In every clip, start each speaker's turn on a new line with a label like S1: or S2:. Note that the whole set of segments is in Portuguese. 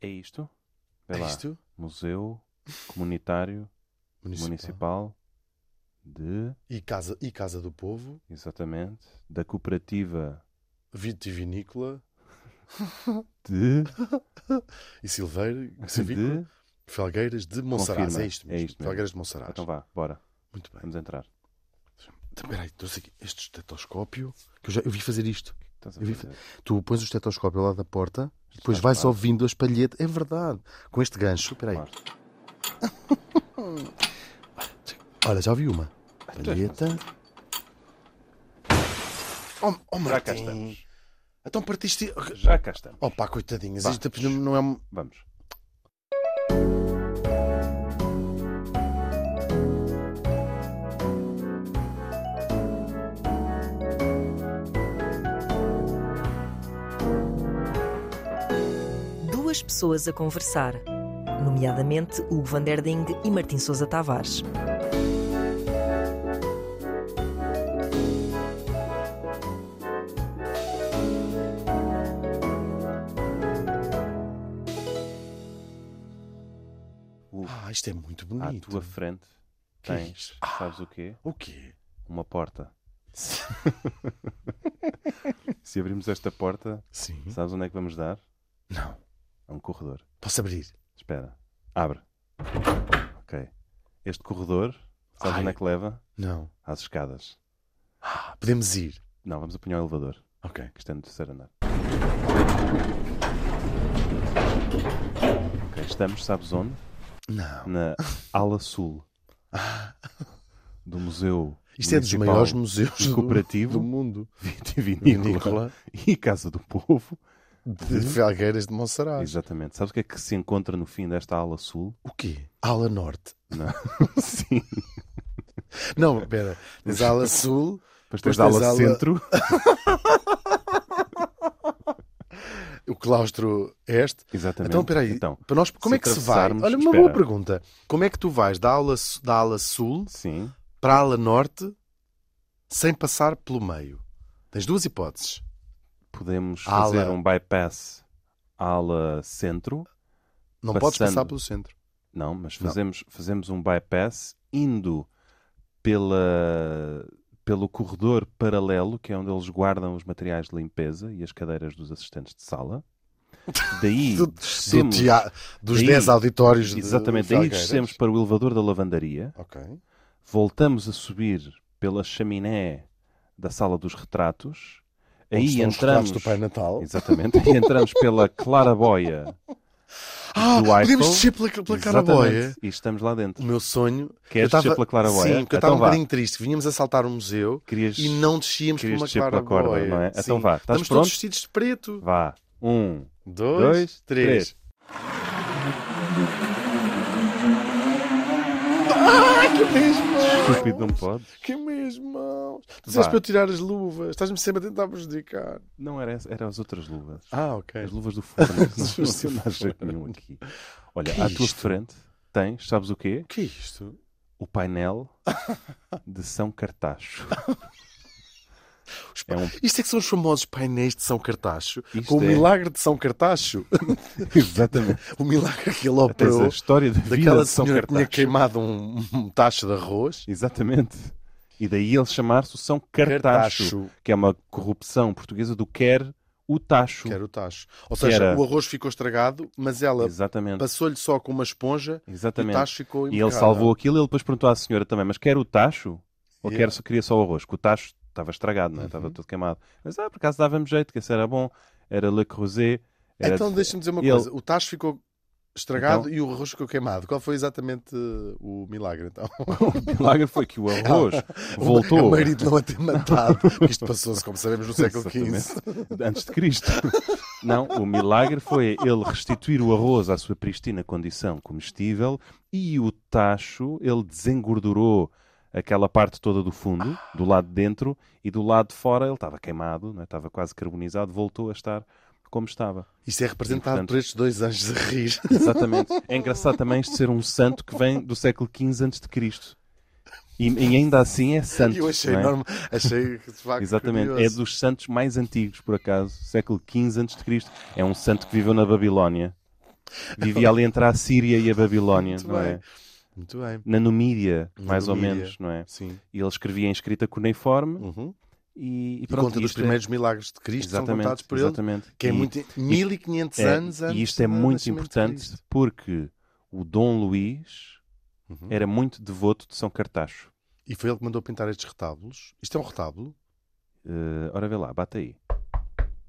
S1: É isto? Vê
S2: É
S1: lá.
S2: isto?
S1: Museu Comunitário
S2: Municipal.
S1: Municipal de.
S2: E, casa, e Casa do Povo,
S1: Exatamente. Da Cooperativa
S2: Vitivinícola
S1: de.
S2: e Silveiro, Silvícola,
S1: Assim, de...
S2: Felgueiras de Monsaraz.
S1: Confirma.
S2: É isto
S1: É
S2: mesmo.
S1: isto mesmo.
S2: Felgueiras de Monsaraz.
S1: Então vá, bora.
S2: Muito bem.
S1: Vamos entrar.
S2: Espera aí, trouxe aqui este estetoscópio. Que eu, já, eu vi fazer isto.
S1: Estás a
S2: Eu vi
S1: fazer?
S2: Tu pões o estetoscópio lá da porta e depois
S1: Estás
S2: vai-se
S1: claro.
S2: ouvindo as palhetas. É verdade. Com este gancho. Espera aí.
S1: Claro.
S2: Olha, já vi uma.
S1: tu és
S2: Palheta. Oh, oh
S1: Já cá
S2: Martim.
S1: estamos.
S2: Então partiste...
S1: Já cá estamos.
S2: Oh pá, coitadinhas.
S1: Vá.
S2: Isto não é... um-
S1: Vamos.
S3: Duas pessoas a conversar, nomeadamente Hugo van der Ding e Martim Sousa Tavares.
S1: Hugo,
S2: Ah, isto é muito
S1: à
S2: bonito.
S1: tua frente
S2: Que é
S1: tens,
S2: isto?
S1: sabes o quê?
S2: O quê?
S1: Uma porta. Se abrirmos esta porta,
S2: Sim.
S1: sabes onde é que vamos dar?
S2: Hum? Não.
S1: A um corredor.
S2: Posso abrir?
S1: Espera. Abre. Ok. Este corredor, sabes
S2: Ai.
S1: onde é que leva?
S2: Não.
S1: Às escadas.
S2: Ah, podemos ir.
S1: Não, vamos apanhar o elevador,
S2: Ok.
S1: que é está no terceiro andar. Ok, estamos, sabes onde?
S2: Não.
S1: Na ala sul do Museu
S2: Isto é dos
S1: Municipal
S2: maiores museus
S1: e
S2: do,
S1: Cooperativo
S2: do mundo.
S1: Vitivinícola e Casa do Povo.
S2: De
S1: Uhum.
S2: Felgueiras de Monsaraz.
S1: Exatamente. Sabes o que é que se encontra no fim desta ala sul?
S2: O quê? Ala Norte.
S1: Não. Sim.
S2: Não, espera. Tens a Ala Sul.
S1: Depois
S2: Depois
S1: tens a ala,
S2: tens a ala-
S1: centro.
S2: O claustro este.
S1: Exatamente.
S2: Então, espera aí.
S1: Então,
S2: Para nós, como
S1: se
S2: é que se vai?
S1: atravessarmos-
S2: Olha, uma
S1: espera.
S2: boa pergunta. Como é que tu vais da ala, su- da ala sul
S1: sim.
S2: para a ala norte sem passar pelo meio? Tens duas hipóteses.
S1: podemos
S2: Ala.
S1: fazer um bypass ala centro.
S2: Não podes
S1: Passando.
S2: passar pelo centro.
S1: Não, mas
S2: Não.
S1: fazemos, fazemos um bypass indo pela, pelo corredor paralelo, que é onde eles guardam os materiais de limpeza e as cadeiras dos assistentes de sala. Daí
S2: Do- do Do
S1: descemos,
S2: tea- dos
S1: Daí-
S2: 10 auditórios de
S1: exatamente, daí
S2: Felgueiras.
S1: descemos para o elevador da lavandaria,
S2: Ok.
S1: voltamos a subir pela chaminé da sala dos retratos,
S2: Onde
S1: aí
S2: estão os
S1: entramos,
S2: retratos do Pai Natal.
S1: exatamente, aí entramos pela claraboia
S2: Ah,
S1: do
S2: podemos
S1: Eiffel.
S2: descer pela, pela
S1: Exatamente.
S2: claraboia.
S1: E estamos lá
S2: O
S1: dentro.
S2: meu sonho.
S1: Queres
S2: eu tava-
S1: descer pela claraboia?
S2: Sim,
S1: Então
S2: porque eu estava um
S1: vá.
S2: bocadinho triste. Vínhamos assaltar um museu
S1: Querias,
S2: e não descíamos por
S1: querias
S2: uma
S1: descer pela
S2: claraboia.
S1: corda, não é?
S2: Sim.
S1: Então vá, estás
S2: Estamos
S1: pronto?
S2: todos vestidos de preto.
S1: Vá. Um.
S2: Dois,
S1: Dois,
S2: três.
S1: três.
S2: Ai, que mesmo!
S1: Estúpido, não podes.
S2: Que mesmo! mãos. Tu disseste para eu tirar as luvas. Estás-me sempre a tentar prejudicar.
S1: Não era essa, eram as outras luvas.
S2: Ah, ok.
S1: As luvas do forno.
S2: luvas
S1: não
S2: do
S1: não há jeito nenhum aqui. Olha,
S2: Que é
S1: à tua
S2: isto?
S1: frente tens, sabes o quê?
S2: O que é isto?
S1: O painel de São Cartacho.
S2: Os pa-
S1: É um
S2: Isto é que são os famosos painéis de São Cartacho.
S1: Isto
S2: com o
S1: é.
S2: milagre de São Cartacho.
S1: Exatamente.
S2: o milagre que ele
S1: Tens a
S2: operou.
S1: história da vida
S2: Daquela
S1: de São
S2: senhora que tinha
S1: Cartacho.
S2: queimado um, um tacho de arroz.
S1: Exatamente. E daí ele chamar-se o São Cartacho,
S2: Cartacho.
S1: que é uma corrupção portuguesa do quer o tacho.
S2: Que era o tacho. Ou seja,
S1: era-
S2: o arroz ficou estragado, mas ela
S1: Exatamente.
S2: passou-lhe só com uma esponja e o
S1: Exatamente.
S2: tacho ficou
S1: E
S2: impecável.
S1: ele salvou aquilo e ele depois perguntou à senhora também, mas quer o tacho? Ou
S2: Yeah.
S1: quer só, queria só o arroz? Que o tacho estava estragado, não é?
S2: Uhum.
S1: Estava todo queimado. Mas ah, por acaso dava-me jeito, que esse era bom, era Le Creuset. Era...
S2: Então deixa-me dizer uma
S1: ele-
S2: coisa. O tacho ficou estragado
S1: Então-
S2: e o arroz ficou queimado. Qual foi exatamente uh, o milagre então?
S1: O milagre foi
S2: Ah,
S1: que o arroz voltou
S2: O marido não a ter matado. Isto passou-se, como sabemos, no século XV.
S1: Exatamente. antes de Cristo. Não, o milagre foi ele restituir o arroz à sua pristina condição comestível e o tacho, ele desengordurou aquela parte toda do fundo, do lado de dentro e do lado de fora ele estava queimado, não é? estava quase carbonizado, voltou a estar como estava.
S2: Isto é representado
S1: Importante.
S2: por estes dois anjos a rir.
S1: Exatamente. É engraçado também isto ser um santo que vem do século XV antes de Cristo. E, e ainda assim é santo.
S2: E eu achei
S1: não é?
S2: enorme. Achei que de facto.
S1: Exatamente, é
S2: curioso.
S1: dos santos mais antigos, por acaso, século XV a.C. É um santo que viveu na Babilónia. Vivia ali entre a Síria e a Babilónia,
S2: Muito
S1: não é?
S2: bem. Muito bem.
S1: Na Numídia,
S2: Na
S1: mais
S2: Numídia.
S1: ou menos, não é?
S2: Sim.
S1: E ele escrevia em escrita cuneiforme
S2: Uhum.
S1: e, e
S2: E
S1: pronto.
S2: conta dos
S1: isto é-
S2: primeiros milagres de Cristo são
S1: exatamente,
S2: contados por ele,
S1: exatamente.
S2: que é
S1: E-
S2: muito 1500
S1: é,
S2: anos antes
S1: E isto é
S2: do
S1: muito
S2: nascimento de
S1: importante
S2: Cristo.
S1: porque o Dom Luís
S2: Uhum.
S1: era muito devoto de São Cartacho.
S2: E foi ele que mandou pintar estes retábulos. Isto é um retábulo?
S1: Eh, ora vê lá, bate aí.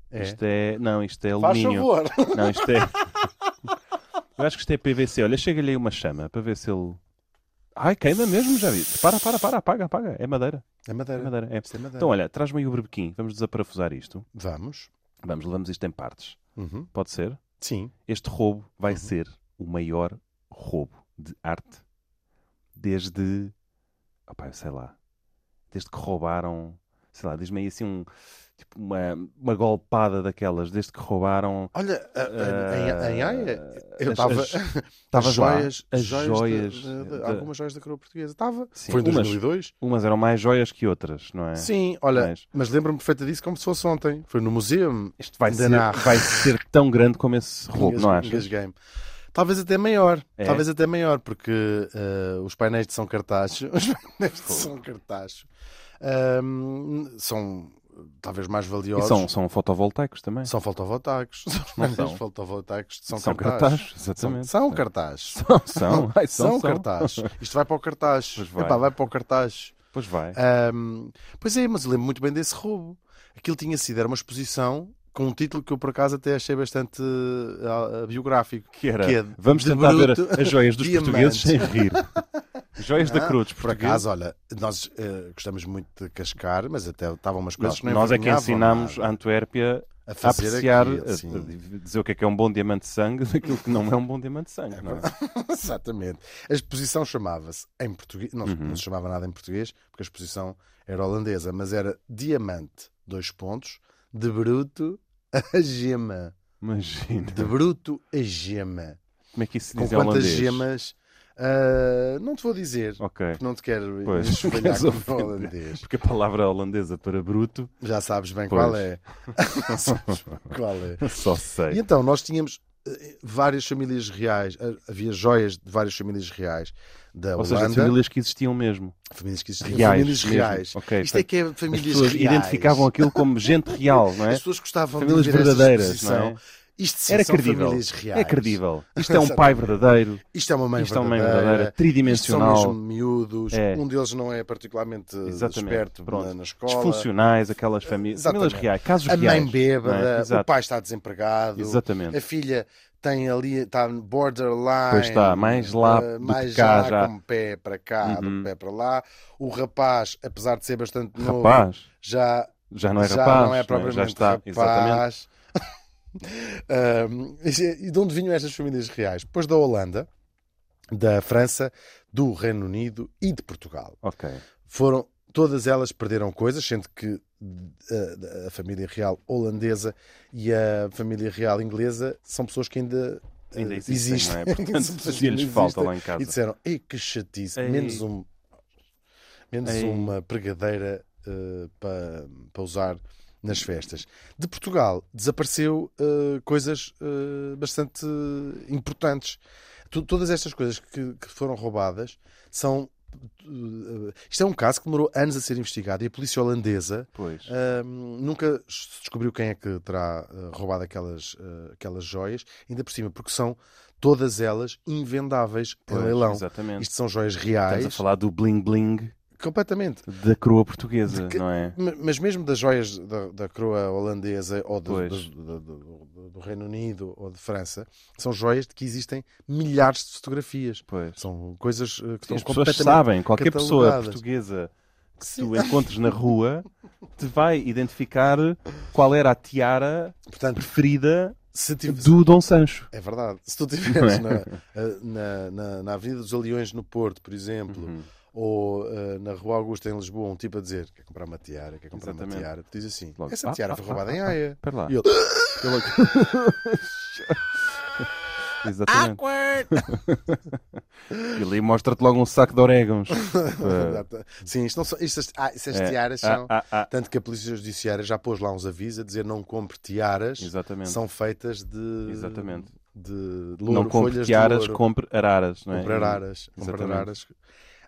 S2: É.
S1: Isto é. Não, isto é
S2: Faz
S1: alumínio.
S2: favor.
S1: Não, isto é. Eu acho que isto é PVC. Olha, chega-lhe aí uma chama para ver se ele. Ai, queima mesmo, já vi. Para, para, para, apaga, apaga. É madeira.
S2: É
S1: É
S2: madeira.
S1: madeira. É.
S2: Isto é madeira.
S1: Então, olha, traz-me aí o berbequim. Vamos desaparafusar isto.
S2: Vamos.
S1: Vamos, levamos isto em partes.
S2: Uhum.
S1: Pode ser?
S2: Sim.
S1: Este roubo vai ser o maior roubo de arte desde. Opá, eu sei lá. Desde que roubaram. Sei lá, diz-me aí assim um. Tipo uma, uma golpada daquelas. Desde que roubaram.
S2: Olha, a- a-
S1: Ah,
S2: em, em Haia, eu
S1: as-
S2: estava.
S1: as- Estavas lá.
S2: joias,
S1: As
S2: joias,
S1: joias
S2: de- de- de-
S1: da-
S2: algumas joias da coroa portuguesa. Estava.
S1: Sim,
S2: Foi em
S1: umas-
S2: 2002?
S1: Umas eram mais joias que outras, não é?
S2: um. Sim, olha,
S1: Mas-
S2: mas, lembro-me perfeita disso como se fosse ontem. Foi no museu.
S1: Isto vai
S2: Ainda
S1: ser,
S2: não.
S1: vai ser tão grande como esse roubo,
S2: Engas-
S1: não achas?
S2: engasguei-me. Talvez até maior.
S1: É?
S2: Talvez até maior, porque eh, os painéis de São Cartacho, os painéis de
S1: Fogo.
S2: São Cartacho, ahm, são eh, talvez mais
S1: E
S2: valiosos.
S1: são, são fotovoltaicos também.
S2: São fotovoltaicos. São os
S1: Não
S2: painéis
S1: são.
S2: fotovoltaicos de São,
S1: São
S2: Cartacho.
S1: cartazes, exatamente.
S2: São, são cartaz.
S1: São, são. Ai, são,
S2: São
S1: são.
S2: cartaz. Isto vai para o cartaz.
S1: Pois vai.
S2: Epá, vai para o cartaz.
S1: Pois vai.
S2: Ahm, pois é, mas eu lembro muito bem desse roubo. Aquilo tinha sido, era uma exposição com um título que eu por acaso até achei bastante ah, ah, biográfico.
S1: Que era,
S2: que é
S1: vamos
S2: de
S1: tentar ver
S2: bruto,
S1: a- as joias dos
S2: diamante.
S1: portugueses sem rir. Joias da
S2: Ah,
S1: cruz,
S2: Por acaso, olha, nós eh, gostamos muito de cascar, mas até estavam umas coisas
S1: Nós,
S2: que não
S1: nós é que
S2: envergonhavam
S1: ensinámos a
S2: nada
S1: Antuérpia
S2: a
S1: a
S2: fazer assim.
S1: apreciar,
S2: aquilo,
S1: a-
S2: sim.
S1: a dizer o que é que é um bom diamante de sangue daquilo que não é um bom diamante de sangue. Não é?
S2: Exatamente. A exposição chamava-se em português, não,
S1: Uhum.
S2: não se chamava nada em português, porque a exposição era holandesa, mas era Diamante, dois pontos, de bruto a gema.
S1: Imagina.
S2: De bruto a gema.
S1: Como é que isso se
S2: Com
S1: diz em
S2: quantas
S1: holandês?
S2: gemas? Ah, não te vou dizer,
S1: Ok.
S2: porque não te quero
S1: Pois,
S2: espalhar
S1: queres
S2: com o
S1: ofender.
S2: holandês.
S1: Porque a palavra holandesa para bruto,
S2: Já sabes bem
S1: Pois.
S2: qual é. Já sabes bem qual é.
S1: só
S2: E
S1: sei.
S2: então, nós tínhamos eh, várias famílias reais, eh, havia joias de várias famílias reais da
S1: Ou seja,
S2: Holanda,
S1: de famílias que existiam mesmo.
S2: famílias que existiam,
S1: Reais.
S2: famílias
S1: mesmo.
S2: reais.
S1: Ok,
S2: Isto é que é
S1: As
S2: famílias
S1: pessoas
S2: reais.
S1: identificavam aquilo como gente real, não é?
S2: As pessoas gostavam
S1: Famílias
S2: de ver esta
S1: verdadeiras, não
S2: exposição.
S1: é?
S2: Isto sim,
S1: Era
S2: são
S1: credível.
S2: famílias reais.
S1: É credível. Isto é um pai verdadeiro,
S2: Isto é uma mãe
S1: isto é uma mãe
S2: verdadeira.
S1: verdadeira,
S2: Isto são mesmo
S1: tridimensional,
S2: miúdos.
S1: É.
S2: Um deles não é particularmente
S1: Exatamente.
S2: esperto
S1: Pronto.
S2: na, na escola.
S1: disfuncionais, aquelas famílias,
S2: Exatamente.
S1: famílias reais, casos
S2: A
S1: reais.
S2: mãe
S1: não é?
S2: bêbada, o
S1: Exato.
S2: pai é está desempregado,
S1: Exatamente.
S2: a filha tem ali, está borderline.
S1: Pois está, mais lá
S2: eh,
S1: do
S2: mais
S1: que cá
S2: lá,
S1: já.
S2: com o pé para cá,
S1: Uhum.
S2: do pé para lá. O rapaz, apesar de ser bastante novo,
S1: Rapaz,
S2: já,
S1: já não é
S2: já
S1: rapaz,
S2: não é
S1: já
S2: propriamente
S1: está,
S2: rapaz.
S1: exatamente.
S2: Ahm, e de onde vinham estas famílias reais? Depois da Holanda, da França, do Reino Unido e de Portugal
S1: Ok.
S2: foram todas elas perderam coisas, sendo que eh, a família real holandesa e a família real inglesa são pessoas que ainda, eh,
S1: Ainda existem, não é?
S2: São
S1: Portanto,
S2: pessoas que
S1: fazia lhes
S2: ainda
S1: falta
S2: existem.
S1: lá em
S2: E
S1: casa.
S2: disseram, ei que chatice,
S1: Ei.
S2: menos um menos
S1: Ei.
S2: uma pregadeira para, para usar nas festas. De Portugal desapareceu eh, coisas eh, bastante importantes. Tu- todas estas coisas que, que foram roubadas são. eh, isto é um caso que demorou anos a ser investigado e a polícia holandesa
S1: Pois.
S2: ah, nunca se descobriu quem é que terá ah, roubado aquelas, ah, aquelas joias, ainda por cima, porque são todas elas invendáveis
S1: Pois,
S2: em leilão.
S1: Exatamente.
S2: Isto são joias
S1: Estamos
S2: reais,
S1: a falar do bling bling
S2: completamente.
S1: da coroa portuguesa,
S2: De que-
S1: não é?
S2: Ma- Mas mesmo das joias da, da coroa holandesa ou do,
S1: Pois.
S2: do- do- do- do- do Reino Unido ou de França, são joias de que existem milhares de fotografias.
S1: Pois.
S2: São coisas ah, que
S1: Sim,
S2: estão
S1: as pessoas
S2: completamente
S1: sabem, qualquer pessoa
S2: catalogadas.
S1: portuguesa que
S2: Sim.
S1: tu encontres na rua te vai identificar qual era a tiara
S2: Portanto,
S1: preferida
S2: se tive-
S1: do Dom Sancho.
S2: É verdade. Se tu estiveres
S1: Não é?
S2: na, eh, na, na, na Avenida dos Aliões no Porto, por exemplo,
S1: Uhum.
S2: ou eh, na Rua Augusta em Lisboa, um tipo a dizer quer comprar uma tiara, quer comprar uma
S1: Exatamente.
S2: tiara, tu diz assim,
S1: Logo,
S2: essa
S1: ah,
S2: tiara
S1: ah,
S2: foi
S1: ah,
S2: roubada
S1: ah,
S2: em
S1: ah.
S2: Haia.
S1: Espera lá.
S2: E eu-
S1: Eu logo- Exatamente. E ali mostra-te logo um saco de orégãos.
S2: Exato. é Sim, isto não são, estas, ah, estas
S1: É.
S2: tiaras
S1: Ah,
S2: são...
S1: ah, ah.
S2: Tanto que a Polícia Judiciária já pôs lá uns avisos a dizer não compre tiaras,
S1: Exatamente.
S2: são feitas de...
S1: Exatamente.
S2: de louro,
S1: Não compre
S2: folhas
S1: tiaras,
S2: de louro.
S1: compre araras, não é?
S2: Comprar aras. Comprar
S1: Exatamente.
S2: aras.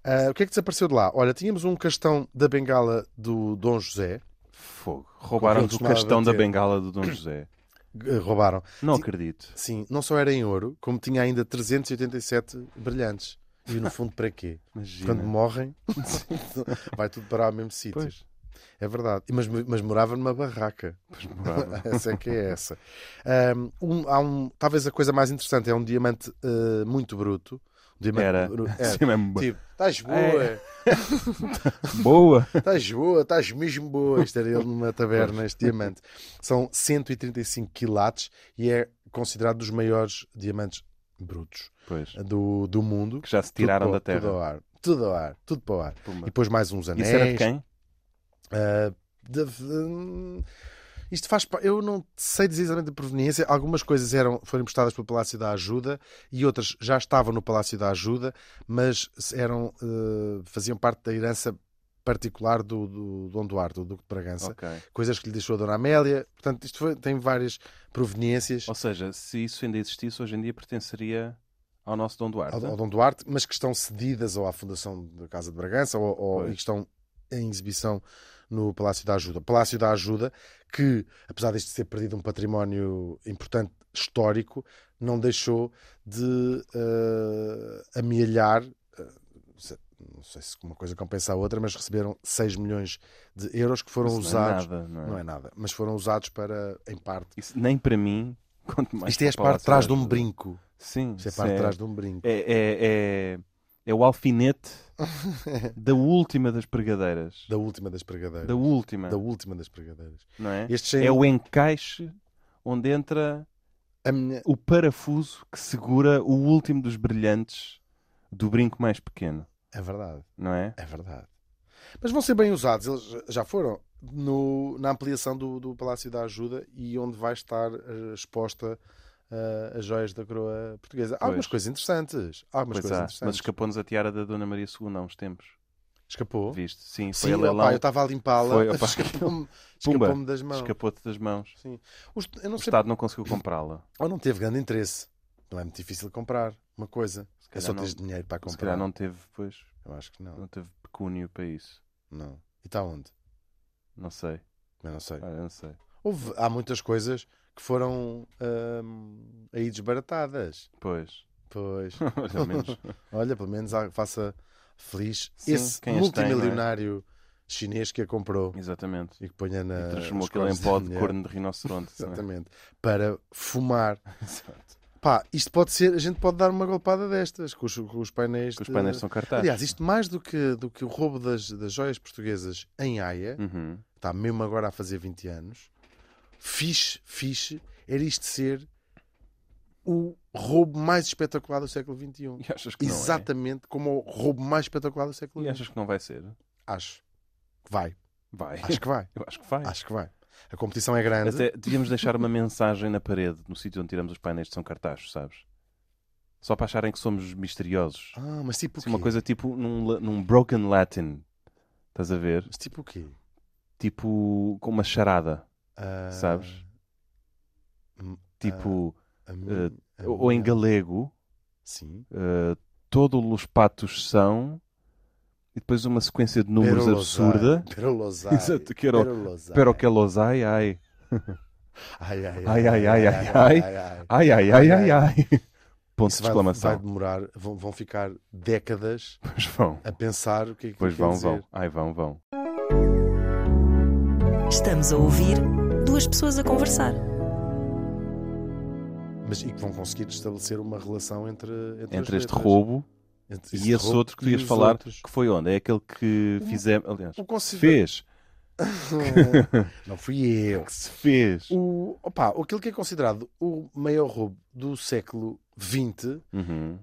S2: Ah, o que é que desapareceu de lá? Olha, tínhamos um castão da bengala do Dom José.
S1: Fogo. Roubaram-nos o
S2: Costumava
S1: castão da
S2: ter.
S1: bengala do Dom José.
S2: Eh, Roubaram.
S1: Não
S2: Sim.
S1: acredito.
S2: Sim, não só era em ouro, como tinha ainda 387 brilhantes. E no fundo, para quê?
S1: Imagina.
S2: Quando morrem, vai tudo parar ao mesmo sítio.
S1: Pois.
S2: É verdade. E Mas, mas morava numa barraca.
S1: Pois morava.
S2: essa é que é essa. Ahm, um- há um- talvez a coisa mais interessante é um diamante eh, muito bruto. Um diamante
S1: Era.
S2: bru- era.
S1: Sim, é mesmo.
S2: Tipo, estás boa,
S1: É. Boa.
S2: estás boa, estás mesmo boa. Isto era ele numa taberna, este diamante. São 135 quilates e é considerado dos maiores diamantes brutos
S1: Pois.
S2: do, do mundo.
S1: Que já se tiraram
S2: Tudo
S1: da
S2: para-
S1: terra.
S2: Tudo ao ar, tudo ao ar, tudo para o ar. E
S1: Puma.
S2: depois mais uns anéis.
S1: Isso era de quem?
S2: Ah, de- hum, isto faz pa- eu não sei dizer exatamente a proveniência algumas coisas eram foram emprestadas pelo Palácio da Ajuda e outras já estavam no Palácio da Ajuda mas se eram eh, faziam parte da herança particular do, do Dom Duarte do Duque de Bragança
S1: Ok.
S2: coisas que lhe deixou a Dona Amélia portanto isto foi- tem várias proveniências
S1: Ou seja, se isso ainda existisse, hoje em dia pertenceria ao nosso Dom Duarte.
S2: ao, ao Dom Duarte, mas que estão cedidas ou à Fundação da Casa de Bragança ou, ou-
S1: Pois.
S2: e que estão em exibição no Palácio da Ajuda. Palácio da Ajuda, que apesar disto ser perdido um património importante histórico, não deixou de eh, amealhar. eh, se- não sei se uma coisa compensa a outra, mas receberam 6 milhões de euros que foram
S1: Isso não é
S2: usados.
S1: nada, não é?
S2: não é nada, mas foram usados para, em parte.
S1: Isso nem para mim, quanto mais.
S2: Isto é as
S1: para o
S2: parte de trás de
S1: Palácio
S2: um
S1: da-
S2: brinco.
S1: Sim,
S2: Isto é a
S1: isso
S2: parte
S1: é-
S2: de trás de um brinco.
S1: é, é, é, é o alfinete da última das pregadeiras.
S2: Da última das pregadeiras.
S1: Da última,
S2: da última das pregadeiras.
S1: não é?
S2: Este
S1: É
S2: cheiro,
S1: o encaixe onde entra
S2: a minha-
S1: o parafuso que segura o último dos brilhantes do brinco mais pequeno,
S2: é verdade,
S1: não é?
S2: é verdade. Mas vão ser bem usados, eles já- já foram no- na ampliação do, do Palácio da Ajuda e onde vai estar eh, exposta eh, as joias da coroa portuguesa. Há algumas
S1: Pois.
S2: coisas interessantes, há algumas
S1: Pois
S2: coisas
S1: há, mas
S2: interessantes.
S1: escapou-nos a tiara da Dona Maria II há uns tempos.
S2: Escapou?
S1: Viste? Sim, foi
S2: Oh. Sim,
S1: a
S2: opá,
S1: leilão.
S2: eu estava a limpá-la,
S1: Foi, opá,
S2: escapou-me
S1: Pumba.
S2: escapou das mãos.
S1: Escapou-te das mãos.
S2: Sim. Os- eu não
S1: O
S2: sei,
S1: Estado não conseguiu comprá-la.
S2: ou não teve grande interesse. Não é muito difícil comprar uma coisa.
S1: Se
S2: É
S1: calhar
S2: só
S1: não-
S2: teres dinheiro para
S1: Se
S2: comprar.
S1: calhar não teve, pois,
S2: Eu acho que não.
S1: não teve pecúnio para isso.
S2: não. E está onde?
S1: Não sei,
S2: Eu não sei.
S1: olha, não sei.
S2: Houve- há muitas coisas que foram hum, aí desbaratadas.
S1: Pois,
S2: Pois,
S1: olha, ao menos.
S2: olha, pelo menos há- faça feliz
S1: Sim,
S2: esse
S1: quem as tem, não é?
S2: multimilionário chinês que a comprou
S1: Exatamente.
S2: e que ponha na.
S1: E transformou
S2: nas
S1: aquilo em
S2: costas
S1: pó
S2: da
S1: de
S2: mulher.
S1: corno de rinoceronte. não é?
S2: Exatamente. Para fumar.
S1: Exato.
S2: Pá, isto pode ser. A gente pode dar uma golpada destas com os, com os painéis.
S1: Que os
S2: de-
S1: painéis são cartazes.
S2: Aliás, isto mais do que, do que o roubo das, das joias portuguesas em Haia,
S1: Uhum.
S2: está Tá mesmo agora a fazer 20 anos, fixe, fixe, era isto ser o roubo mais espetacular do século XXI.
S1: E achas que não é?
S2: Exatamente como o roubo mais espetacular do século
S1: E
S2: XXI.
S1: achas que não vai ser?
S2: Acho que vai.
S1: Vai.
S2: Acho que vai.
S1: Eu acho que vai.
S2: Acho que vai. A competição é grande.
S1: Até devíamos deixar uma mensagem na parede, no sítio onde tiramos os painéis de São Cartaz, sabes? Só para acharem que somos misteriosos.
S2: Ah, mas tipo o
S1: Assim,
S2: quê?
S1: uma coisa tipo num, la- num broken Latin. Estás a ver?
S2: Mas tipo o quê?
S1: Tipo com uma charada.
S2: Ah,
S1: Sabes?
S2: hum,
S1: Tipo,
S2: a mim- a
S1: ou ou em
S2: minha-
S1: galego,
S2: Sim.
S1: eh, todos os patos são, e depois uma sequência de números absurda.
S2: Perolosai.
S1: Exato, que era o-
S2: Perolosai.
S1: Pero que los ai, ai.
S2: Ai, ai,
S1: Ai, ai, ai, ai, ai.
S2: ai, ai.
S1: Ai, ai, ai, ai, ai. Ponto
S2: Isso
S1: de
S2: vai,
S1: exclamação.
S2: vai demorar, vão, vão ficar décadas
S1: Pois vão.
S2: a pensar o que é que
S1: Pois
S2: quer
S1: vão,
S2: dizer.
S1: vão. Ai, vão, vão.
S3: Estamos a ouvir duas pessoas a conversar.
S2: Mas e que vão conseguir estabelecer uma relação entre Entre, as
S1: Entre este
S2: letras.
S1: roubo
S2: Entre este
S1: e esse
S2: roubo
S1: outro que tu
S2: e
S1: ias
S2: os
S1: falar,
S2: outros.
S1: que foi onde? É aquele que fizemos. Aliás,
S2: O
S1: se
S2: consider-
S1: fez.
S2: Não fui eu.
S1: Que se fez.
S2: O, opa, aquilo que é considerado o maior roubo do século XX
S1: Uhum.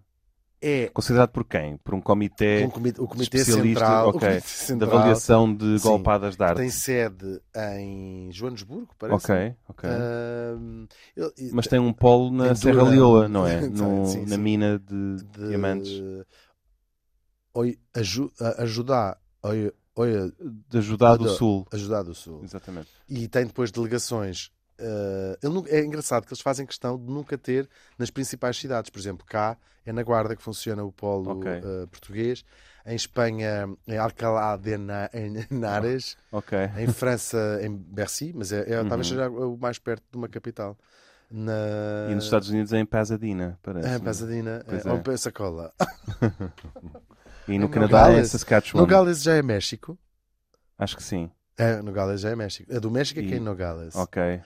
S2: é
S1: Considerado por quem? Por um comitê
S2: um comi- o Comitê
S1: especialista,
S2: Central,
S1: ok,
S2: o Comitê
S1: de
S2: Central
S1: avaliação de
S2: Sim.
S1: golpadas de
S2: que
S1: arte.
S2: tem sede em Joanesburgo, parece.
S1: Ok, ok.
S2: Ah, Ahm, ele-
S1: Mas tem um polo na
S2: Em
S1: Serra
S2: Durham.
S1: Leoa, não é?
S2: Sim,
S1: No-
S2: sim,
S1: na
S2: sim.
S1: mina de,
S2: de-
S1: diamantes.
S2: Oi, aju- a- ajudar, oi, oi,
S1: De Judá do
S2: Olha.
S1: Sul.
S2: ajudar do Sul.
S1: Exatamente.
S2: E tem depois delegações eh, ele nu- é engraçado que eles fazem questão de nunca ter nas principais cidades. Por exemplo, cá é na Guarda que funciona o polo
S1: Ok.
S2: eh, português, em Espanha em Alcalá de Na- em Henares,
S1: Ok.
S2: em França em Bercy, mas é,
S1: Uhum.
S2: é- talvez seja o mais perto de uma capital. Na...
S1: E nos Estados Unidos é em Pasadena, parece.
S2: Ah,
S1: né?
S2: Pasadena,
S1: Pois
S2: é,
S1: é.
S2: ou Pensacola.
S1: E no
S2: em
S1: Canadá é
S2: Nogales.
S1: Saskatchewan.
S2: Nogales já é México.
S1: Acho que sim.
S2: É, Nogales já é México. A do México é que é em
S1: E-
S2: Nogales.
S1: Ok.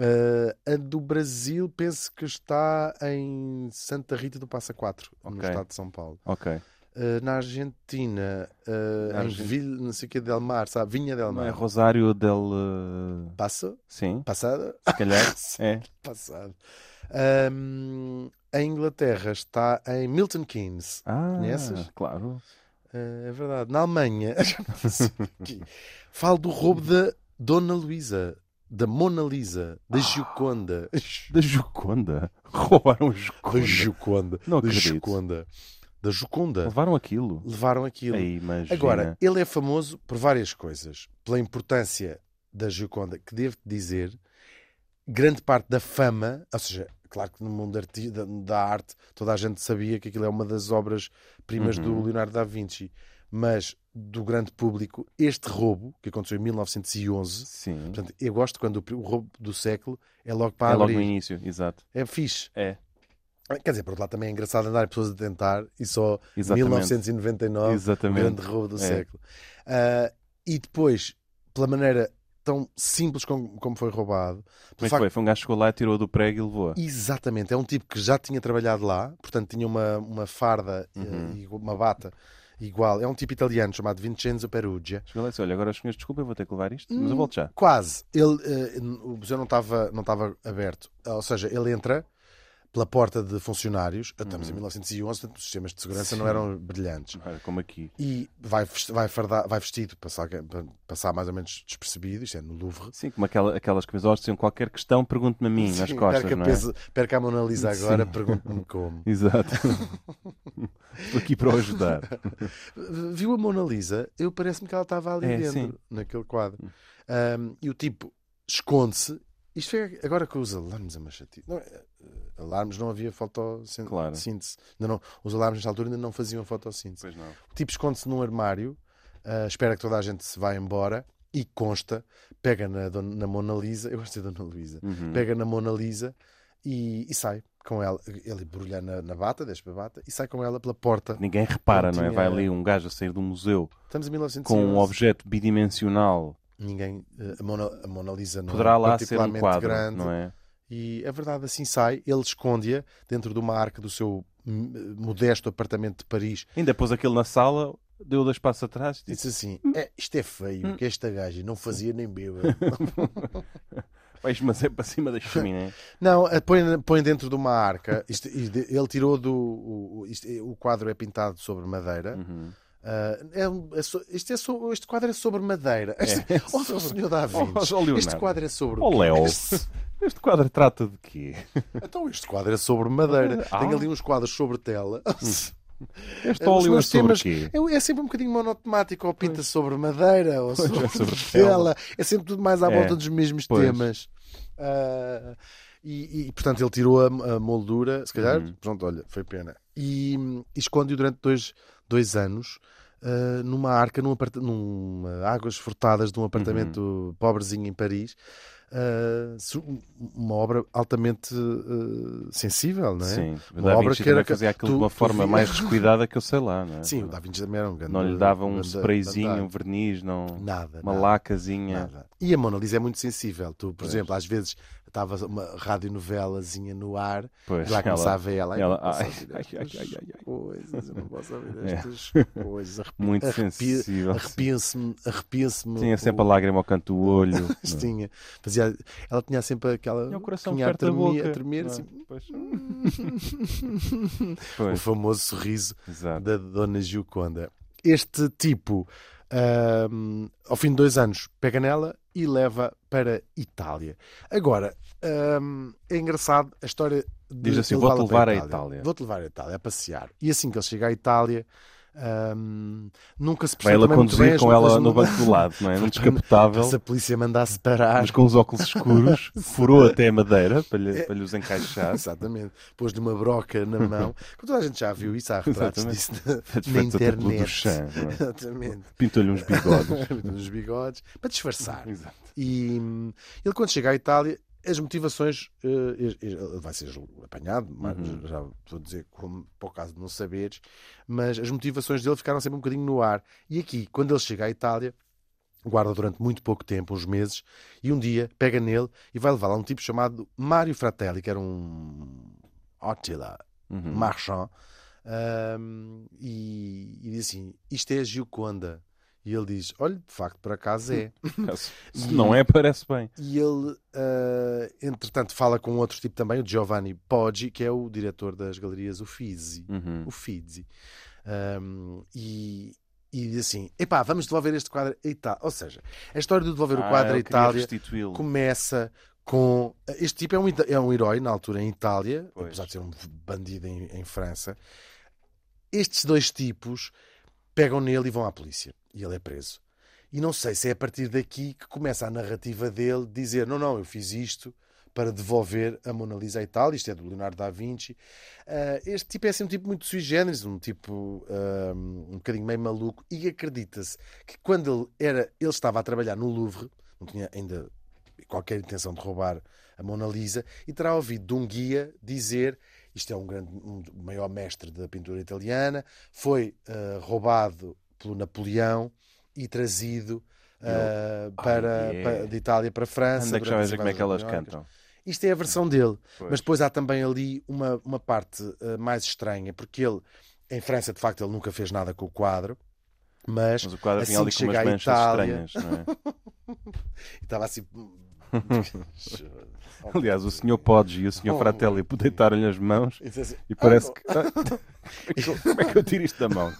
S2: Eh, a do Brasil penso que está em Santa Rita do Passa Quatro, no
S1: Ok.
S2: estado de São Paulo.
S1: Ok.
S2: Eh, na Argentina, eh,
S1: Na
S2: em
S1: Argen-
S2: Vil, não sei o que, Del Mar, sabe? Vinha Del
S1: Não é
S2: Mar.
S1: Rosário del. eh,
S2: Passo?
S1: Sim,
S2: Passada?
S1: se calhar. É.
S2: Passado. Ahm, a Inglaterra está em Milton Keynes.
S1: Ah,
S2: Conheces?
S1: claro.
S2: Eh, é verdade. Na Alemanha, já me disse aqui. falo do roubo da Dona Luísa, da Mona Lisa,
S1: Ah.
S2: da Gioconda.
S1: Da Joconda. Roubaram a Joconda.
S2: Da Gioconda.
S1: Não
S2: da
S1: acredito.
S2: Gioconda. Da Joconda.
S1: Levaram aquilo.
S2: Levaram aquilo.
S1: Aí, imagina.
S2: Agora, ele é famoso por várias coisas. Pela importância da Gioconda, que devo-te dizer, grande parte da fama, ou seja, claro que no mundo arti- da, da arte toda a gente sabia que aquilo é uma das obras-primas do
S1: Uhum.
S2: Leonardo da Vinci, mas do grande público, este roubo, que aconteceu em 1911,
S1: Sim.
S2: portanto, eu gosto quando o, pri- o roubo do século é logo para
S1: É logo
S2: abrir.
S1: no início, exato.
S2: É fixe.
S1: É.
S2: Quer dizer, por outro lado também é engraçado andar pessoas a tentar e só
S1: Exatamente.
S2: 1999 o
S1: Exatamente.
S2: grande roubo do
S1: É.
S2: século. Ah, e depois, pela maneira tão simples como, como foi roubado,
S1: Como é
S2: pelo
S1: que
S2: facto-
S1: foi? Foi um gajo que chegou lá, tirou do prego e levou.
S2: exatamente, é um tipo que já tinha trabalhado lá, portanto tinha uma, uma farda eh,
S1: Uhum.
S2: e uma bata igual. É um tipo italiano chamado Vincenzo Perugia.
S1: Chegou lá e disse: Olha, agora os senhores, desculpa, eu vou ter que levar isto,
S2: Hum.
S1: mas eu volto já.
S2: Quase. Ele, eh, o museu não estava não estava aberto. Ou seja, ele entra pela porta de funcionários. Estamos em 1911, portanto, os sistemas de segurança não
S1: Uhum. Sim.
S2: eram brilhantes.
S1: Olha, como aqui.
S2: e vai, vest- vai, fardar- vai vestido passar, para passar mais ou menos despercebido, isto é no Louvre.
S1: Sim, como aquela, aquelas camisolas que diziam qualquer questão, pergunte-me a mim, nas
S2: Sim,
S1: costas,
S2: perca,
S1: não é?
S2: peso- perca a Mona Lisa agora,
S1: Sim.
S2: pergunte-me como.
S1: Exato. Estou aqui para o ajudar.
S2: Viu a Mona Lisa? Eu parece-me que ela estava ali
S1: É,
S2: dentro,
S1: sim. Hum.
S2: naquele quadro. Ahm, e o tipo esconde-se. Isto é agora que os alarmes é uma chatice. Não, eh, alarmes não havia fotossíntese.
S1: Claro.
S2: Ainda não, os alarmes nesta altura ainda não faziam fotossíntese.
S1: Pois não.
S2: O tipo esconde-se num armário, ah, espera que toda a gente se vá embora e consta, pega na, Dona- na Mona Lisa, eu gosto da Dona Luísa,
S1: Hum. Uhum.
S2: pega na Mona Lisa e, e sai com ela. Ele embrulha na, na bata, deixa para a bata, e sai com ela pela porta.
S1: Ninguém repara,
S2: Ele
S1: não é?
S2: tinha-
S1: Vai ali um gajo a sair do museu
S2: Estamos em
S1: com
S2: 1911.
S1: um objeto bidimensional.
S2: Ninguém, ah, a, Mona, a Mona Lisa não
S1: Poderá
S2: é
S1: lá ser um
S2: particularmente
S1: quadro,
S2: grande.
S1: não é?
S2: E é verdade, assim sai, ele esconde-a dentro de uma arca do seu hum, modesto apartamento de Paris
S1: Ainda pôs aquilo na sala, deu dois passos atrás e disse:
S2: disse assim, é, isto é feio, que esta gaja não fazia nem bêbada.
S1: Vais, mas é para cima da chaminé.
S2: Não, a põe, põe dentro de uma arca. Isto- e de- ele tirou do. O, o- isto- o quadro é pintado sobre madeira.
S1: Uhum.
S2: Ah, é um- é so- isto, é so- este quadro é sobre madeira. Este,
S1: É.
S2: oh, oh, senhor Davi,
S1: Oh, oh, Leonardo.
S2: este quadro é sobre. o
S1: Oh,
S2: quê?
S1: Léo.
S2: Este-
S1: Este quadro trata de quê?
S2: Então, este quadro é sobre madeira.
S1: Ah.
S2: Tem ali uns quadros sobre tela.
S1: Este
S2: Os
S1: óleo é
S2: meus
S1: sobre
S2: temas-
S1: quê?
S2: É, é sempre um bocadinho monotemático. Ou pinta sobre madeira, ou sobre,
S1: é sobre
S2: tela. É sempre tudo mais à
S1: É.
S2: volta dos mesmos
S1: Pois.
S2: temas. Ah, e, e, portanto, ele tirou a, a moldura, se calhar,
S1: Uhum.
S2: pronto, olha, foi pena. E, e esconde-o durante dois, dois anos ah, numa arca, num aparta- numa águas furtadas de um apartamento
S1: Uhum.
S2: pobrezinho em Paris. Ah, su- uma obra altamente ah, sensível, não é?
S1: Sim, o
S2: Uma
S1: Da
S2: obra
S1: Vinci
S2: que era
S1: também fazia aquilo de
S2: tu-
S1: uma
S2: tu
S1: forma
S2: via-
S1: mais descuidada que eu sei lá, não é?
S2: Sim, o Da Vinci também era um grande.
S1: Não lhe dava um
S2: grande-
S1: sprayzinho, um
S2: grande-
S1: verniz, não...
S2: Nada.
S1: uma
S2: nada.
S1: lacazinha.
S2: Nada. E a Mona Lisa é muito sensível. Tu, por exemplo, às vezes estava uma radionovelazinha no ar
S1: Pois,
S2: e lá
S1: ela-
S2: começava ela.
S1: ela-
S2: "Ai,
S1: ai,
S2: não posso
S1: ai, ai,
S2: ouvir
S1: ai,
S2: estas
S1: ai, ai."
S2: Coisas, eu não posso ouvir
S1: É.
S2: estas coisas. Arrepi-
S1: Muito
S2: arrepia-
S1: sensível.
S2: Arrepia-se-me. Arrepia-se-me.
S1: Tinha
S2: o-
S1: sempre a lágrima ao canto do olho.
S2: Mas tinha. Fazia, ela tinha sempre aquela.
S1: Tinha o coração
S2: tinha a
S1: perto da
S2: tremia-
S1: boca.
S2: a tremer,
S1: não é?
S2: assim,
S1: Pois.
S2: o
S1: Pois,
S2: famoso sorriso
S1: exato.
S2: da Dona Gioconda. Este tipo, ahm, ao fim de dois anos, pega nela e leva para Itália. Agora, ahm, é engraçado a história de
S1: Diz assim,
S2: levá-la
S1: "Vou-te levar
S2: para
S1: à Itália."
S2: Vou-te levar à Itália, a passear. E assim que ele chega à Itália, Ahm, nunca se
S1: Vai
S2: percebeu
S1: ela
S2: também muito bem
S1: conduzir
S2: as
S1: com
S2: multas
S1: ela no
S2: do-
S1: banco do lado, não é? Num descapotável,
S2: Se a polícia mandasse parar.
S1: mas com os óculos escuros, furou até a madeira para
S2: É.
S1: lhe, para lhe os encaixar.
S2: Exatamente. Pôs-lhe uma broca na mão. Como toda a gente já viu isso, há retratos disso na, na
S1: Satisfeitos até pelo
S2: internet.
S1: Duchamp, tipo não é?
S2: Exatamente.
S1: Pintou-lhe uns bigodes.
S2: Nos bigodes. Para disfarçar.
S1: Exato.
S2: E hum, ele, quando chega à Itália, as motivações. eh, ele- ele vai ser julgo- apanhado, mas
S1: Uhum.
S2: já estou a dizer, como, para o caso de não saberes, mas as motivações dele ficaram sempre um bocadinho no ar. E aqui, quando ele chega à Itália. Guarda durante muito pouco tempo, uns meses, e um dia pega nele e vai levá-lo a um tipo chamado Mário Fratelli, que era um Attila,
S1: Uhum.
S2: Marchand, ahm, e, e diz assim: Isto é a Gioconda. E ele diz: Olha, de facto, por acaso é.
S1: Se não é, parece bem.
S2: E ele, ah, entretanto, fala com outro tipo também, o Giovanni Poggi, que é o diretor das galerias Uffizi.
S1: Uhum.
S2: Uffizi. Ahm, e, e diz assim: Epá, vamos devolver este quadro à Itália. Ou seja, a história de devolver o
S1: Ah,
S2: quadro à
S1: ele queria
S2: Itália
S1: restituí-lo.
S2: começa com. Este tipo é um, ita- é um herói na altura em Itália,
S1: Pois.
S2: apesar de ser um bandido em, em França. Estes dois tipos pegam nele e vão à polícia. E ele é preso. E não sei se é a partir daqui que começa a narrativa dele de dizer: não, não, eu fiz isto para devolver a Mona Lisa à Itália. Isto é do Leonardo da Vinci. Ah, este tipo é assim, um tipo muito sui generis, um tipo ah, um bocadinho meio maluco. E acredita-se que quando ele, era, ele estava a trabalhar no Louvre, não tinha ainda qualquer intenção de roubar a Mona Lisa e terá ouvido de um guia dizer isto é um grande um do- maior mestre da pintura italiana foi ah, roubado pelo Napoleão e trazido ah,
S1: Ai,
S2: para,
S1: é.
S2: para- de Itália para a França
S1: Anda que já
S2: durante
S1: vais
S2: as
S1: ver como é que elas
S2: invasões
S1: cantam.
S2: isto é a versão dele
S1: Pois.
S2: mas depois há também ali uma, uma parte ah, mais estranha porque ele em França de facto ele nunca fez nada com o quadro mas
S1: Mas o quadro
S2: assim
S1: vinha ali
S2: que
S1: com umas
S2: chega à
S1: manchas
S2: Itália-
S1: estranhas, não é?
S2: e estava assim
S1: Aliás, o senhor Podge e o senhor
S2: Oh.
S1: Fratelli deitaram-lhe as mãos
S2: E disse assim,
S1: e parece
S2: "Ah,
S1: que... Como é que eu tiro isto da mão?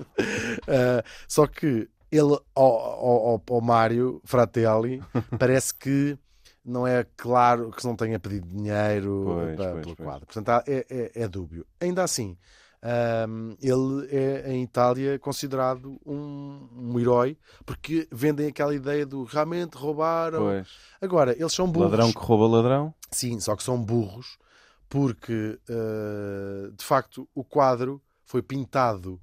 S2: Uh, só que ele, ao, ao, ao- ao Mário Fratelli, parece que não é claro que não tenha pedido dinheiro
S1: Pois,
S2: para-
S1: pois,
S2: pelo
S1: pois.
S2: quadro. Portanto, há- é, é, é dúbio. Ainda assim, um, ele é em Itália considerado um, um herói porque vendem aquela ideia do realmente roubaram.
S1: Pois.
S2: Agora, eles são burros.
S1: Ladrão que rouba ladrão?
S2: Sim, só que são burros, porque eh, de facto o quadro foi pintado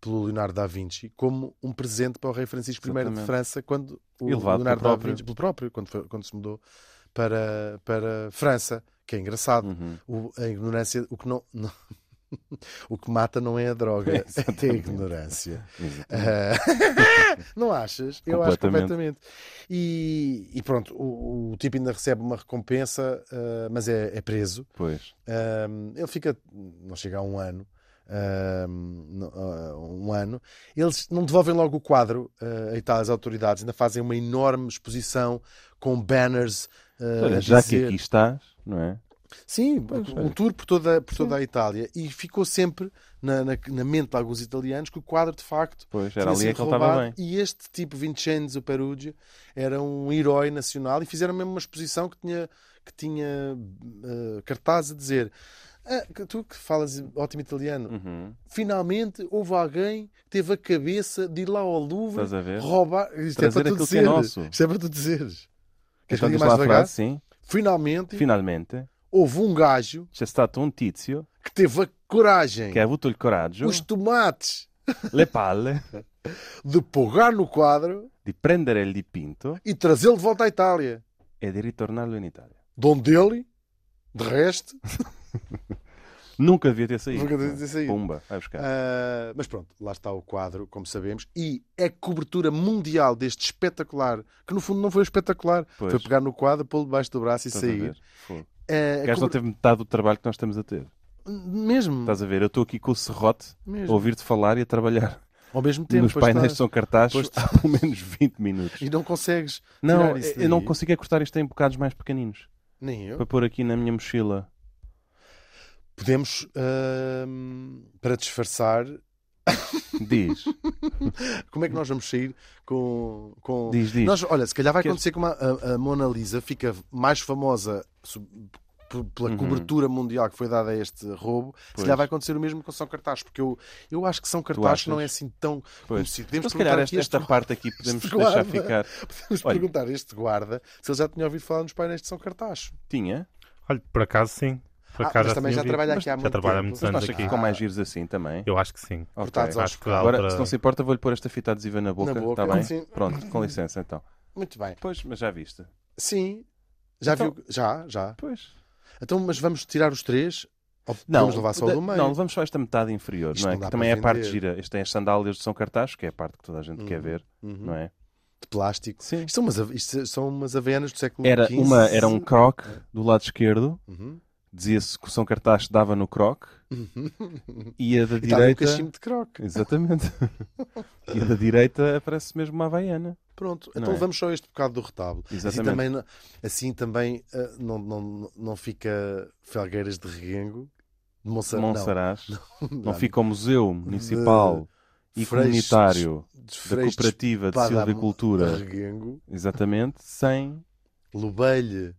S2: pelo Leonardo da Vinci como um presente para o rei Francisco I de
S1: Exatamente.
S2: França quando o
S1: E levado
S2: Leonardo
S1: pelo
S2: da
S1: próprio.
S2: Vinci, pelo próprio, quando, foi- quando se mudou para, para França, que é engraçado.
S1: Uhum.
S2: O- a ignorância, o que não. não- o que mata não é a droga, é a
S1: Exatamente.
S2: ignorância.
S1: Exatamente.
S2: Ah, não achas? Eu acho completamente. E, e pronto, o, o tipo ainda recebe uma recompensa, ah, mas é, é preso.
S1: Pois.
S2: Ah, ele fica, não chega a um ano. ah, no- ah, um ano, eles não devolvem logo o quadro ah, a Itália, as autoridades ainda fazem uma enorme exposição com banners. ah,
S1: Olha,
S2: a
S1: já que
S2: dizer-
S1: aqui estás, não é?
S2: Sim,
S1: Pois,
S2: um
S1: olha.
S2: tour por toda, por toda a Itália e ficou sempre na, na, na mente de alguns italianos que o quadro de facto
S1: Pois,
S2: tinha
S1: era ali
S2: sido
S1: é que ele estava
S2: roubado.
S1: bem.
S2: E este tipo, Vincenzo Perugia, era um herói nacional e fizeram mesmo uma exposição que tinha, que tinha eh, cartaz a dizer. "Ah, que tu que falas ótimo italiano,
S1: Uhum.
S2: finalmente houve alguém que teve a cabeça de ir lá ao Louvre
S1: Estás a ver?
S2: roubar. Isto
S1: Trazer
S2: é para tu
S1: aquilo que é
S2: dizer.
S1: nosso.
S2: Isto é para tu dizeres. Queres que eu
S1: Então
S2: diga
S1: diz
S2: mais
S1: lá a
S2: devagar?
S1: frase, sim.
S2: Finalmente,
S1: Finalmente,
S2: houve um gajo
S1: c'è stato un tizio
S2: que teve a coragem,
S1: che ha avuto il coraggio,
S2: os tomates,
S1: le palle,
S2: de pegar no quadro
S1: di prendere il dipinto
S2: e trazê-lo de volta à Itália.
S1: e di ritornarlo in Italia.
S2: de onde ele, de resto,
S1: Nunca devia ter saído.
S2: Nunca devia
S1: não é?
S2: ter saído.
S1: Pumba, vai buscar.
S2: ah, mas pronto, lá está o quadro, como sabemos, e é a cobertura mundial deste espetacular, que no fundo não foi espetacular,
S1: Pois.
S2: foi pegar no quadro, pô-lo debaixo do braço e
S1: Estás a
S2: sair.
S1: ver? Fogo.
S2: Ah,
S1: O gajo
S2: a
S1: não
S2: cober-
S1: teve metade do trabalho que nós estamos a ter.
S2: Mesmo,
S1: Estás a ver? Eu estou aqui com o serrote a
S2: mesmo.
S1: ouvir-te falar e a trabalhar
S2: ao mesmo tempo,
S1: nos
S2: pois
S1: painéis de
S2: está.
S1: São Cartaz
S2: Pois
S1: há pelo menos 20 minutos.
S2: e não consegues,
S1: Não,
S2: tirar isso
S1: eu não
S2: daí.
S1: consigo é cortar isto em bocados mais pequeninos
S2: nem eu.
S1: para pôr aqui na minha mochila.
S2: Podemos, ah, para disfarçar,
S1: Diz,
S2: como é que nós vamos sair com, com,
S1: diz, é diz.
S2: Nós, olha, se calhar vai
S1: Queres-
S2: acontecer que uma- a, a Mona Lisa fica mais famosa sub- por- pela
S1: Uhum.
S2: cobertura mundial que foi dada a este roubo, se
S1: Pois.
S2: calhar vai acontecer o mesmo com São Cartaz, porque eu, eu acho que São Cartaz
S1: achas?
S2: não é assim tão
S1: Pois.
S2: conhecido. Podemos
S1: Mas se calhar
S2: perguntar
S1: esta,
S2: aqui a este
S1: esta parte aqui podemos
S2: este é?
S1: deixar
S2: guarda.
S1: ficar.
S2: Podemos
S1: Olha.
S2: perguntar a este guarda se ele já tinha ouvido falar nos painéis de São Cartaz.
S1: Tinha,
S4: Olha, por acaso sim. Por
S2: Ah,
S4: acaso
S2: mas também
S4: tinha
S2: já
S4: ouvido.
S2: trabalha
S4: Mas
S2: aqui há muito
S4: trabalha há
S2: tempo. Mas
S4: muitos
S1: mas não
S4: anos
S1: acha que
S4: aqui.
S1: ficam mais giros assim também?
S4: Eu acho que sim.
S1: Ok.
S2: Cortados aos
S4: Acho que dá
S2: bocados.
S1: Agora,
S4: para-
S1: se não se importa, vou-lhe pôr esta fita adesiva na boca.
S2: Na boca,
S1: Está bem?
S2: sim.
S1: Pronto, com licença então.
S2: Muito bem.
S1: Pois, mas já viste.
S2: Sim. Já
S1: Então-
S2: viu? Já, já.
S1: Pois.
S2: Então, mas vamos tirar os três? Ou vamos levar só o
S1: da-
S2: do meio?
S1: Não, levamos só esta metade inferior,
S2: Isto
S1: não é?
S2: não dá
S1: que também é
S2: para
S1: a parte
S2: vender.
S1: gira. Isto tem as sandálias de São Cartaz, que é a parte que toda a gente
S2: Uhum.
S1: quer ver,
S2: Uhum.
S1: não é?
S2: De plástico.
S1: Sim.
S2: Isto são umas, ave- isto são umas avenas do século
S1: Era,
S2: XV.
S1: uma, era um croc do lado esquerdo,
S2: Uhum.
S1: dizia-se que o São Cartaz dava no croc, e a da
S2: E estava um
S1: direita.
S2: cachimbo de croque.
S1: Exatamente. e a da direita aparece mesmo uma havaiana.
S2: Pronto,
S1: Não
S2: então
S1: é?
S2: vamos só este bocado do retábulo. Assim
S1: Exatamente.
S2: também, não- assim também ah, não, não, não fica Felgueiras de Reguengo, de Monsa- não.
S1: Monsaraz. Não,
S2: Não,
S1: fica o Museu Municipal e
S2: Freixos-
S1: Comunitário
S2: de
S1: da
S2: Freixos
S1: Cooperativa de
S2: Espada
S1: Silvicultura.
S2: de Reguengo,
S1: Exatamente. Sem
S2: Lubelho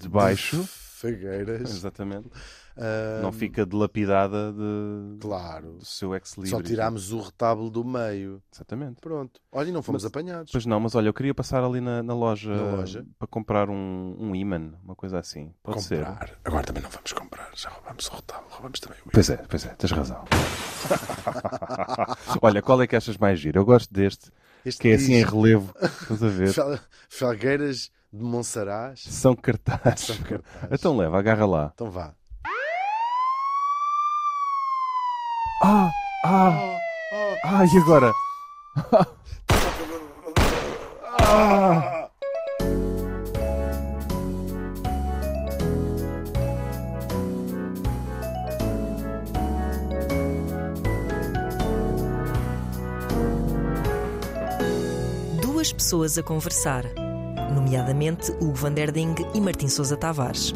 S1: debaixo.
S2: de Felgueiras.
S1: Exatamente.
S2: ah,
S1: Não fica dilapidada de,
S2: Claro,
S1: do seu ex-libris.
S2: só tirámos o retábulo do meio.
S1: Exatamente.
S2: Pronto, olha, e não fomos
S1: Mas-
S2: apanhados.
S1: Pois não, mas olha, eu queria passar ali na, na loja,
S2: Na loja?
S1: para comprar um, um imã, uma coisa assim. Pode ser.
S2: comprar. Agora também não vamos comprar, já roubamos o retábulo, roubamos também o
S1: Pois é, pois é, tens razão. Olha, qual é que achas mais giro? Eu gosto deste,
S2: Este
S1: que é assim em
S2: diz-
S1: relevo. Estás a ver?
S2: Fel- Felgueiras de Monsaraz.
S1: São cartazes.
S2: São cartazes.
S1: Então leva, agarra lá.
S2: Então vá.
S1: Ah, ah, ah, e agora?
S3: Duas pessoas a conversar, nomeadamente Hugo Van Der Ding e Martim Sousa Tavares.